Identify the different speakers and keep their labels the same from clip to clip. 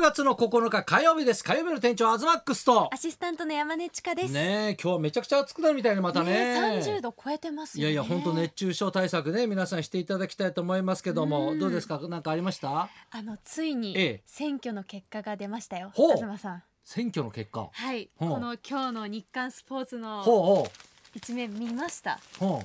Speaker 1: 月の9日火曜日です火曜日の店長アズマックスと
Speaker 2: アシスタントの山根千佳です。
Speaker 1: ねえ今日はめちゃくちゃ暑くなるみたいにまたね
Speaker 2: 三十度超えてます
Speaker 1: いや
Speaker 2: よ、ね。
Speaker 1: いや本当熱。中症対策ね皆さんしていただきたいと思いますけども
Speaker 2: うん
Speaker 1: どうですか何かありました
Speaker 2: あのつい
Speaker 1: え
Speaker 2: に
Speaker 1: え
Speaker 2: 選挙の結果が出ましたよ。
Speaker 1: ほう
Speaker 2: 東さん。
Speaker 1: 選挙の結果
Speaker 2: はい。
Speaker 1: ほう
Speaker 2: この今日の日刊スポーツの
Speaker 1: ほ
Speaker 2: 一面見ました。
Speaker 1: うほうほう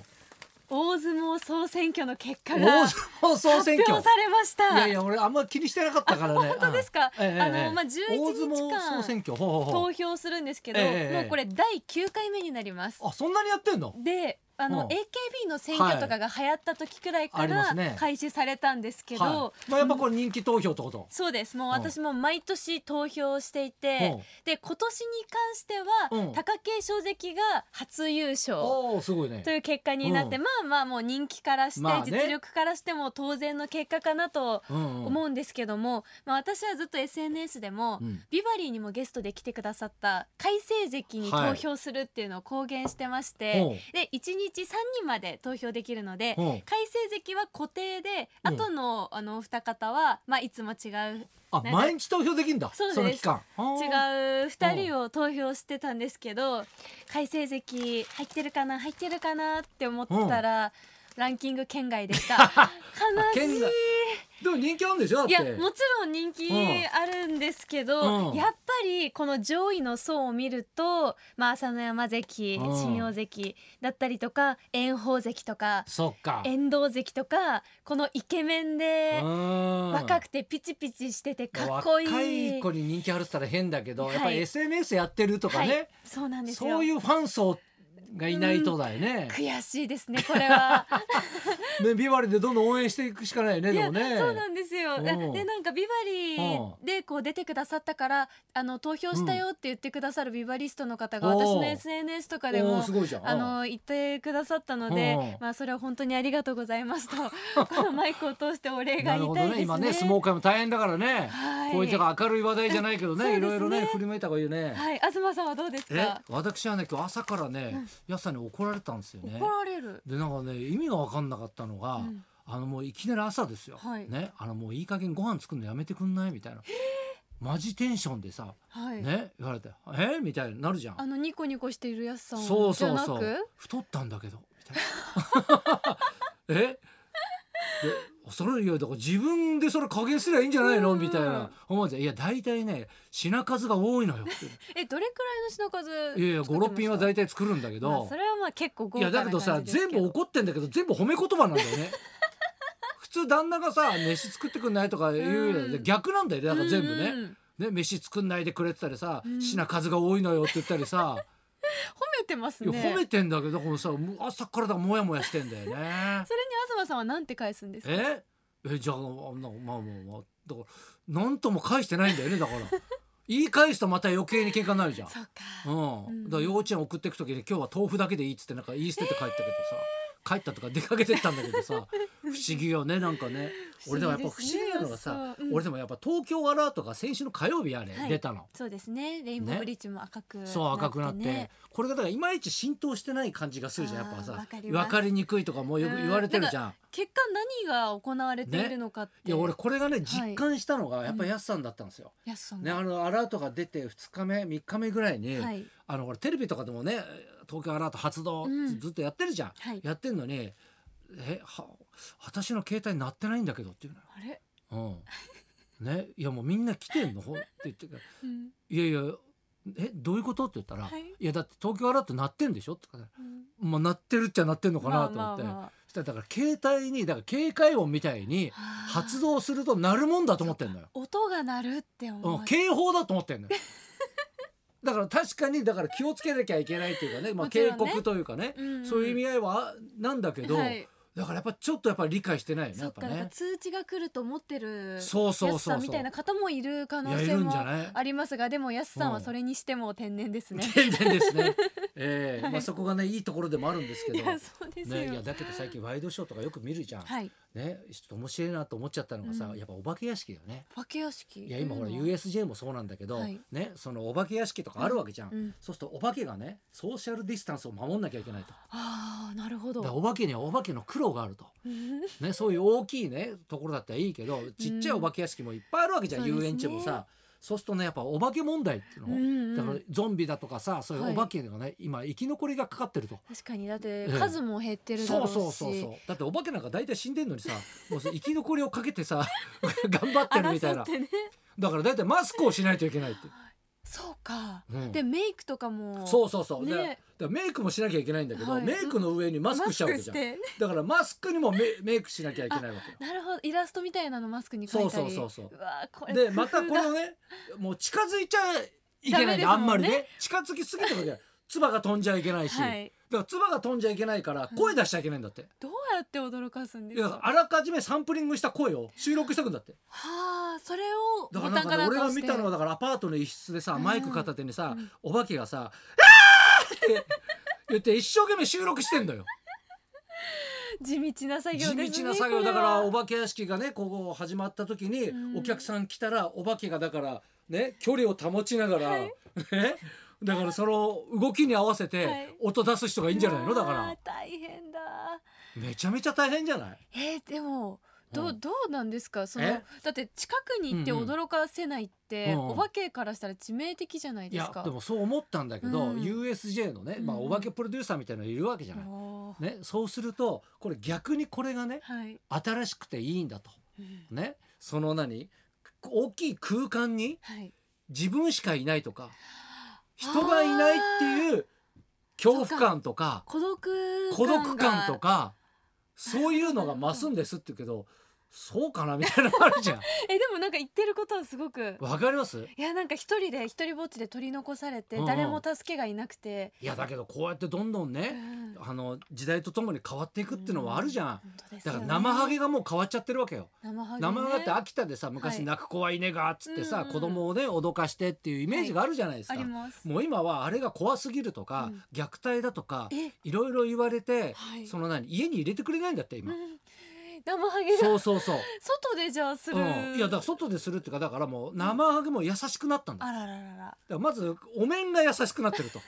Speaker 2: 大相撲総選挙の結果が
Speaker 1: 大
Speaker 2: 発
Speaker 1: 相撲総選
Speaker 2: 表
Speaker 1: 挙
Speaker 2: されました。
Speaker 1: いやいや俺あんま気にしてなかったからね本
Speaker 2: 本当ですか。あのまあ
Speaker 1: 大
Speaker 2: 11
Speaker 1: 相
Speaker 2: 日
Speaker 1: 撲総選
Speaker 2: 間
Speaker 1: 挙ほうほうほ
Speaker 2: 投
Speaker 1: う
Speaker 2: 票するんですけど、
Speaker 1: ええええ
Speaker 2: もうこれ第九回目になります。
Speaker 1: あそんなにやってんの
Speaker 2: であ
Speaker 1: うん
Speaker 2: の AKB の選挙とかが流行った時くらいか
Speaker 1: はいあります
Speaker 2: ら
Speaker 1: ね
Speaker 2: 開始されたんですけど、
Speaker 1: はい、まあやっぱこれ人気投票ってこと
Speaker 2: そうですもう私も毎年投票していて、
Speaker 1: うん
Speaker 2: で今年に関して
Speaker 1: うん
Speaker 2: は貴景勝関が初優勝
Speaker 1: おおすごいね
Speaker 2: という結果になって、
Speaker 1: う
Speaker 2: まあまあもう人気からして、
Speaker 1: まあね
Speaker 2: 実力からしても当然の結果かなと
Speaker 1: うんうん
Speaker 2: 思うんですけども、まあ、私はずっと SNS でも、
Speaker 1: うん
Speaker 2: ビバリーにもゲストで来てくださった改正関に投票するっていうのを公言してまして、
Speaker 1: ほう
Speaker 2: で1日3人まで投票できるので、
Speaker 1: うん
Speaker 2: 改正席は固定で、
Speaker 1: うん
Speaker 2: 後のあのお二方は、まあ、いつも違う
Speaker 1: あ
Speaker 2: なんか
Speaker 1: 毎日投票できるんだ
Speaker 2: そうです
Speaker 1: の期間
Speaker 2: 違う2人を投票してたんですけど改正席入ってるかな入ってるかなって思ったら、ランキング圏外でした 悲し
Speaker 1: 圏
Speaker 2: い
Speaker 1: 外でも人気あるんでしょだっ
Speaker 2: い
Speaker 1: て
Speaker 2: やもちろん人気あるんですけど、
Speaker 1: うん
Speaker 2: やっぱりこの上位の層を見ると、まあ、朝乃山関
Speaker 1: うん
Speaker 2: 新大関だったりとか炎鵬関とか
Speaker 1: そっか
Speaker 2: 遠藤関とかこのイケメンで若
Speaker 1: 若
Speaker 2: くてピチピチしててかっこいい。
Speaker 1: 若い子に人気あるって言ったら変だけど、
Speaker 2: はい
Speaker 1: やっぱり SNS やってるとか
Speaker 2: は
Speaker 1: ね
Speaker 2: い、、そうなんですよ
Speaker 1: そういうファン層がいないとだよね、
Speaker 2: 悔しいですねこ れは。
Speaker 1: ねビバリーでどんどん応援していくしかないね
Speaker 2: い
Speaker 1: で
Speaker 2: や
Speaker 1: もね
Speaker 2: そうなんですよ。で
Speaker 1: うん
Speaker 2: でなんかビバリーでこう出てくださったからあの投票したよって言ってくださるビバリストの方が
Speaker 1: おー
Speaker 2: 私の SNS とかで
Speaker 1: お
Speaker 2: も
Speaker 1: ーすごいじゃん
Speaker 2: あの言ってくださったので
Speaker 1: うん、
Speaker 2: まあそれは本当にありがとうござい ますとこのマイクを通してお礼
Speaker 1: な
Speaker 2: が
Speaker 1: る
Speaker 2: 言い
Speaker 1: ほ
Speaker 2: た
Speaker 1: ど
Speaker 2: い
Speaker 1: ね
Speaker 2: です
Speaker 1: 今ね
Speaker 2: ね。
Speaker 1: 相撲界も大変だからね、
Speaker 2: はい
Speaker 1: こういった明るい話題じゃないけどね
Speaker 2: そうです
Speaker 1: い
Speaker 2: ね
Speaker 1: ろいろね振り向いた方がいいよね、
Speaker 2: はい東さんはどうです
Speaker 1: え
Speaker 2: か。
Speaker 1: 私はね今日朝からね、やすさんに怒られたんですよね
Speaker 2: 怒られる。
Speaker 1: でなんかね意味が分かんなかったのが、
Speaker 2: ん
Speaker 1: あのもういきなり朝ですよ、
Speaker 2: はい
Speaker 1: ねあのもういい加減ご飯作るのやめてくんないみたいなマジテンションでさ、
Speaker 2: はい。
Speaker 1: ね言われて「えみたいになるじゃ
Speaker 2: あ
Speaker 1: ん
Speaker 2: のニコニコしているやすさん
Speaker 1: そう
Speaker 2: じ
Speaker 1: そ
Speaker 2: ゃ
Speaker 1: う
Speaker 2: な
Speaker 1: そ
Speaker 2: く
Speaker 1: う。太ったんだけど みたいなえでそれいやだから自分でそれ加減すりゃいいんじゃないの
Speaker 2: うん
Speaker 1: みたいな思うんですよいや大体ね品数が多いのよって
Speaker 2: えどれくらいの品数 作ってました。
Speaker 1: いやいや56品は大体作るんだけど、
Speaker 2: まあそれはまあ結構豪
Speaker 1: い
Speaker 2: 華
Speaker 1: や
Speaker 2: な
Speaker 1: だ
Speaker 2: 感じ
Speaker 1: け
Speaker 2: で
Speaker 1: ど
Speaker 2: すけど。
Speaker 1: さ全部怒ってんだけど全部褒め言葉なんだよ ね普通旦那がさ飯作ってくんないとか言うよ、
Speaker 2: うん
Speaker 1: 逆なんだよねだから全部
Speaker 2: う
Speaker 1: ね
Speaker 2: んうん
Speaker 1: ね飯作んないでくれてたりさ、
Speaker 2: うん
Speaker 1: 品数が多いのよって言ったりさ、
Speaker 2: 褒めてます
Speaker 1: い
Speaker 2: ね
Speaker 1: や褒めてんだけどこのさもう朝からだからモヤモヤしてんだよね
Speaker 2: それに東さんはなんて返すんですか
Speaker 1: ええじゃあなんかまあまあまあだからなんとも返してないんだよねだから言い返すとまた余計に喧嘩になるじゃん
Speaker 2: そうか、
Speaker 1: う、
Speaker 2: うんん
Speaker 1: だから幼稚園送ってく時に今日は豆腐だけでいいっつってなんか言い捨てて帰った けどさ、帰ったとか出かけてったんだけどさ不思議よねなんかね俺でもやっぱ不思議なのがさ、
Speaker 2: 不思議ですねそううん
Speaker 1: 俺でもやっぱ東京アラートが先週の火曜日やね、
Speaker 2: はい
Speaker 1: 出たの。
Speaker 2: そうですねレインボーブリッジも赤くなって、ね
Speaker 1: そう赤くなってこれがだからいまいち浸透してない感じがするじゃんやっぱ
Speaker 2: あー
Speaker 1: さ
Speaker 2: わかります
Speaker 1: 分かりにくいとかもよく言われてるじゃん。
Speaker 2: 結果何が行われているのかって、
Speaker 1: いや俺これがね
Speaker 2: い
Speaker 1: 実感したのがやっぱやすさんだったんですよ。
Speaker 2: やすさん
Speaker 1: ね
Speaker 2: が、
Speaker 1: あのアラートが出て2日目3日目ぐらいに、
Speaker 2: はい
Speaker 1: あの俺テレビとかでもね東京アラート発動
Speaker 2: うん
Speaker 1: ずっとやってるじゃん、
Speaker 2: はい
Speaker 1: やってんのに「えは私の携帯鳴ってないんだけど」っていうのよ
Speaker 2: あれ、
Speaker 1: うん、ねいやもうみんな来てんのほんって言ってから「
Speaker 2: うん
Speaker 1: いやいやえどういうこと?」って言ったら「
Speaker 2: はい
Speaker 1: い、やだって東京アラート鳴ってんでしょ?」とか、ね
Speaker 2: うん
Speaker 1: まあ、鳴ってるっちゃ鳴ってんのか
Speaker 2: ま
Speaker 1: な
Speaker 2: あ
Speaker 1: と思
Speaker 2: ま
Speaker 1: っ
Speaker 2: あ
Speaker 1: て、
Speaker 2: ま
Speaker 1: そしたらだから携帯にだから警戒音みたいに
Speaker 2: あ
Speaker 1: 発動すると鳴るもんだと思ってんのよ。
Speaker 2: 音が鳴るって思
Speaker 1: うん、
Speaker 2: う、
Speaker 1: 警報だと思ってんのよ だから確かにだから気をつけなきゃいけないというかね、まあ、
Speaker 2: もち
Speaker 1: 警
Speaker 2: ろんね
Speaker 1: 告というかね、
Speaker 2: うん
Speaker 1: そういう意味合いはなんだけど、
Speaker 2: はい、
Speaker 1: だからやっぱちょっとやっぱり理解してないよね
Speaker 2: そ
Speaker 1: やっ
Speaker 2: っ
Speaker 1: ぱ
Speaker 2: か、やっぱ
Speaker 1: ね。
Speaker 2: 通知が来ると思ってる
Speaker 1: そうそうそうそう
Speaker 2: やすさんみたいな方もいる可
Speaker 1: い
Speaker 2: 能
Speaker 1: やい
Speaker 2: 性
Speaker 1: るん
Speaker 2: も
Speaker 1: じゃない
Speaker 2: ありますがでもやすさん
Speaker 1: う
Speaker 2: は
Speaker 1: ん
Speaker 2: それにしても天然ですね、
Speaker 1: 全然ですね。ええ
Speaker 2: はい
Speaker 1: まあそこがねいいところでもあるんですけ
Speaker 2: い
Speaker 1: ど。
Speaker 2: やそうですよ、
Speaker 1: ね、いやだけど最近ワイドショーとかよく見るじゃん、
Speaker 2: はい
Speaker 1: ねちょっと面白いなと思っちゃったのがさ、
Speaker 2: うん
Speaker 1: やっぱお化け屋敷だよね
Speaker 2: 化け屋敷
Speaker 1: いや今ほら
Speaker 2: というのは
Speaker 1: USJ もそうなんだけど、
Speaker 2: はい
Speaker 1: ねそのお化け屋敷とかあるわけじゃん、
Speaker 2: うん
Speaker 1: そうするとお化けがねソーシャルディスタンスを守んなきゃいけないと
Speaker 2: ああなるほど
Speaker 1: だからお化けにはお化けの苦労があると、ね、そういう大きいねところだったらいいけどちっちゃいお化け屋敷もいっぱいあるわけじゃん、
Speaker 2: そうです
Speaker 1: 遊
Speaker 2: ね
Speaker 1: 園地もさそうするとねやっぱお化け問題っていうのも、
Speaker 2: うんうん
Speaker 1: だからゾンビだとかさそういう
Speaker 2: はい
Speaker 1: お化けがね、今生き残りがかかってると。
Speaker 2: 確かにだって
Speaker 1: ええ
Speaker 2: 数も減ってるだ
Speaker 1: そ
Speaker 2: ろう
Speaker 1: う
Speaker 2: し
Speaker 1: そうそうそうだってお化けなんか大体死んでんのにさもうその生き残りをかけて さ頑張ってるみたい
Speaker 2: 争
Speaker 1: な
Speaker 2: ってね
Speaker 1: だから大体マスクをしないといけないって、
Speaker 2: そうか、
Speaker 1: うん
Speaker 2: でメイクとかも
Speaker 1: そうそうそう、だから
Speaker 2: ね
Speaker 1: だからメイクもしなきゃいけないんだけど、
Speaker 2: はい
Speaker 1: メイクの上にマスクしちゃうわけじ
Speaker 2: し
Speaker 1: ゃん
Speaker 2: て
Speaker 1: だからマスクにもメメイクしなきゃいけないわけよ
Speaker 2: なるほどイラストみたいなのマスクに描いたり
Speaker 1: そうそうそうそう
Speaker 2: わこれ
Speaker 1: でまたこれ
Speaker 2: 工
Speaker 1: を
Speaker 2: 夫
Speaker 1: ねもう近づいちゃいけないんだ、
Speaker 2: ダ
Speaker 1: あ
Speaker 2: メですもんね
Speaker 1: んまりね近づきすぎてもいけない唾が飛んじゃいけない
Speaker 2: が
Speaker 1: し、
Speaker 2: はい
Speaker 1: だから唾が飛んじゃいけないから声出しちゃいけないんだって、
Speaker 2: どうやって驚かすんです
Speaker 1: い
Speaker 2: か
Speaker 1: やあらかじめサンプリングした声を収録してくんだって
Speaker 2: はあそれを
Speaker 1: だか
Speaker 2: ボ
Speaker 1: らな
Speaker 2: タ
Speaker 1: んかね
Speaker 2: ンかなん
Speaker 1: 俺
Speaker 2: か
Speaker 1: が
Speaker 2: をして
Speaker 1: 見たのはだからアパートの一室でさ、
Speaker 2: うん
Speaker 1: マイク片手にさ、
Speaker 2: うん
Speaker 1: お化けがさ「あー!」って言って一生懸命収録してんのよ
Speaker 2: 地道な作業
Speaker 1: 地
Speaker 2: ですね
Speaker 1: 道な作業
Speaker 2: これ
Speaker 1: だ
Speaker 2: は
Speaker 1: からお化け屋敷がねここ始まった時に
Speaker 2: うん
Speaker 1: お客さん来たらお化けがだからね距離を保ちながら、
Speaker 2: はい
Speaker 1: ねだからその動きに合わせ
Speaker 2: は
Speaker 1: て
Speaker 2: い
Speaker 1: 音出す人がいいんじゃないのだか
Speaker 2: うわ
Speaker 1: ら
Speaker 2: ー大変だ
Speaker 1: めちゃめちゃ大変じゃない
Speaker 2: えーでもど
Speaker 1: う
Speaker 2: うんどうなんですかその
Speaker 1: え
Speaker 2: だって近くに行って
Speaker 1: うんうん
Speaker 2: 驚かせないっ
Speaker 1: う
Speaker 2: て、
Speaker 1: んうん
Speaker 2: お化けからしたら致命的じゃない
Speaker 1: い
Speaker 2: です
Speaker 1: や
Speaker 2: か。
Speaker 1: でもそう思ったんだけど、
Speaker 2: うん
Speaker 1: USJ のね、まあ、
Speaker 2: うん
Speaker 1: お化けプロデューサーみたいなのいるわけじゃない。
Speaker 2: おー
Speaker 1: ね、そうするとこれ逆にこれがね
Speaker 2: はい、
Speaker 1: 新しくていいんだと。
Speaker 2: うん
Speaker 1: ね、その何大きい空間に
Speaker 2: はい、
Speaker 1: 自分しかいないとか人がいないっていう恐怖感とか
Speaker 2: 孤独
Speaker 1: 孤独感と
Speaker 2: が
Speaker 1: かそういうのが増すんですって言うけどそうかなみたいなのあるじゃん。
Speaker 2: えでもなんか言ってることはすごく
Speaker 1: わかります
Speaker 2: いやなんか一人で一人ぼっちで取り残されて、
Speaker 1: うんうん
Speaker 2: 誰も助けがいなくて、
Speaker 1: いやだけどこうやってどんどん
Speaker 2: う
Speaker 1: ね
Speaker 2: ん
Speaker 1: あの時代とともに変わっていくっていうのはあるじゃん。
Speaker 2: 本当です
Speaker 1: だ
Speaker 2: よ
Speaker 1: か
Speaker 2: ね
Speaker 1: ら生ハゲがもう変わっちゃってるわけよ。
Speaker 2: 生ハゲ、ね、
Speaker 1: 生ハゲだって秋田でさ昔
Speaker 2: はい
Speaker 1: 泣く子はいねがっつって
Speaker 2: うん
Speaker 1: さ
Speaker 2: うんうん
Speaker 1: 子供をね脅かしてっていうイメージがあるじゃないです
Speaker 2: あ
Speaker 1: か。
Speaker 2: ります
Speaker 1: もう今はあれが怖すぎるとか、
Speaker 2: うん
Speaker 1: 虐待だとか
Speaker 2: え
Speaker 1: いろいろ言われて、
Speaker 2: はい
Speaker 1: その何家に入れてくれないんだって
Speaker 2: う
Speaker 1: 今、
Speaker 2: ん 生ハゲが
Speaker 1: そうそうそう、
Speaker 2: 外でじゃ あする、
Speaker 1: うん、いやだから外でするっていうかだからもう生ハゲも優しくなったんだ,、
Speaker 2: あ
Speaker 1: だから
Speaker 2: ららら
Speaker 1: らまずお面が優しくなってる と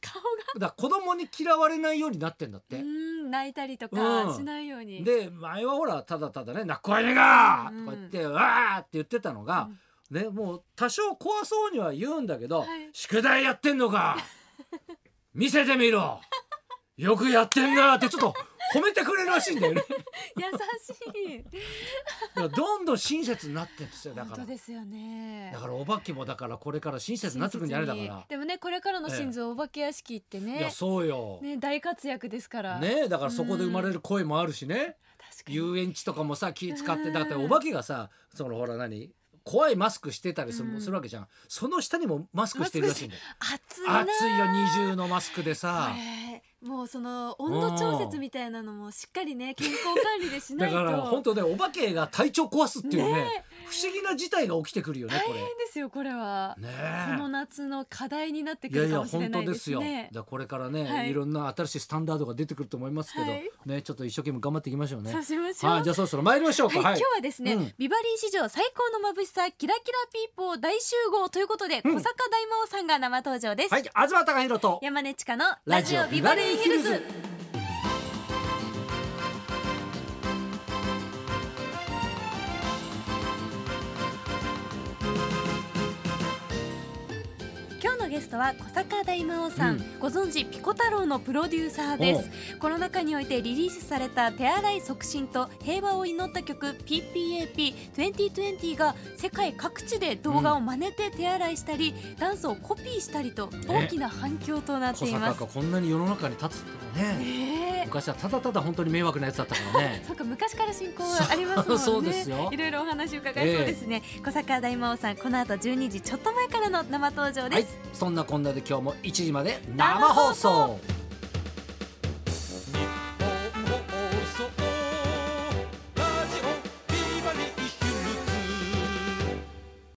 Speaker 2: 顔
Speaker 1: だから子供に嫌われないようになってんだっ
Speaker 2: がう
Speaker 1: て、
Speaker 2: ん泣いたりとか
Speaker 1: うん
Speaker 2: しないように、
Speaker 1: で前はほらただただね「泣くわいねが!」とか言って「うわ!」って言ってたのが、ねもう多少怖そうには言うんだけど「
Speaker 2: はい
Speaker 1: 宿題やってんのか見せてみろよくやってんな」ってちょっと褒めてくれるらしいんだよね
Speaker 2: 優しい
Speaker 1: だからどんどん親切になってんです よだ
Speaker 2: 本
Speaker 1: から
Speaker 2: 当ですよね
Speaker 1: だからお化けもだからこれから親切になってくるんじゃないだ
Speaker 2: 親切に
Speaker 1: か
Speaker 2: でもねこれからの
Speaker 1: ええ
Speaker 2: 心臓お化け屋敷って
Speaker 1: らいや
Speaker 2: ね,、
Speaker 1: そうよ、
Speaker 2: ね大活躍ですから
Speaker 1: ねだからそこで生まれる声もあるしね
Speaker 2: 確かに
Speaker 1: 遊園地とかもさ気使っ
Speaker 2: う
Speaker 1: て
Speaker 2: ん
Speaker 1: だってお化けがさそのほら何怖いマスクしてたりす
Speaker 2: う
Speaker 1: る
Speaker 2: ん
Speaker 1: するわけじゃんその下にもマスクしてるらしいんだよ
Speaker 2: 暑いな
Speaker 1: 暑いよ二重のマスクでさ
Speaker 2: これもうその温度調節みたいなのもしっかりね健康管理でしな
Speaker 1: だ
Speaker 2: いと
Speaker 1: から本当ねお化けが体調壊すっていうね
Speaker 2: ね
Speaker 1: 不思議な事態が起きてくるよねこれ。
Speaker 2: 大変ですよこれは、
Speaker 1: ね
Speaker 2: この夏の課題になってくるかもしれ
Speaker 1: 本
Speaker 2: な
Speaker 1: 当
Speaker 2: いで
Speaker 1: です
Speaker 2: す
Speaker 1: よ。
Speaker 2: ね
Speaker 1: だからこれからね、
Speaker 2: はい
Speaker 1: い、ろんな新しいスタンダードが出てくると思いますけど、
Speaker 2: はい
Speaker 1: ねちょっと一生懸命頑張っていきましょうね。
Speaker 2: そうしましょう、
Speaker 1: はいじゃあそろそろ参りましょうか。
Speaker 2: はい、今日はですね、
Speaker 1: うん
Speaker 2: ビバリー史上最高の眩しさキラキラピーポー大集合ということで、
Speaker 1: うん
Speaker 2: 小坂大魔王さんが生登場です、
Speaker 1: はい、東貴博と
Speaker 2: 山根千佳のラジオビバリーヒルズ今日のゲストは小坂大魔王さん、
Speaker 1: う
Speaker 2: ご存知ピコ太郎のプロデューサーですコロナ禍においてリリースされた手洗い促進と平和を祈った曲 PPAP2020 が世界各地で動画を真似て手洗いしたり、ダンスをコピーしたりと大きな反響となっ
Speaker 1: 小
Speaker 2: ていま
Speaker 1: 坂
Speaker 2: す、
Speaker 1: がこんなに世の中に立つってね。
Speaker 2: ねえ。
Speaker 1: 昔はただただ本当に迷惑なやつだったからね
Speaker 2: そうか昔から親交はありますもんね
Speaker 1: そうそうですよ
Speaker 2: いろいろお話伺いそうですね、小坂大魔王さんこの後12時ちょっと前からの生登場です、
Speaker 1: はい、そんなこんなで今日も1時まで生放送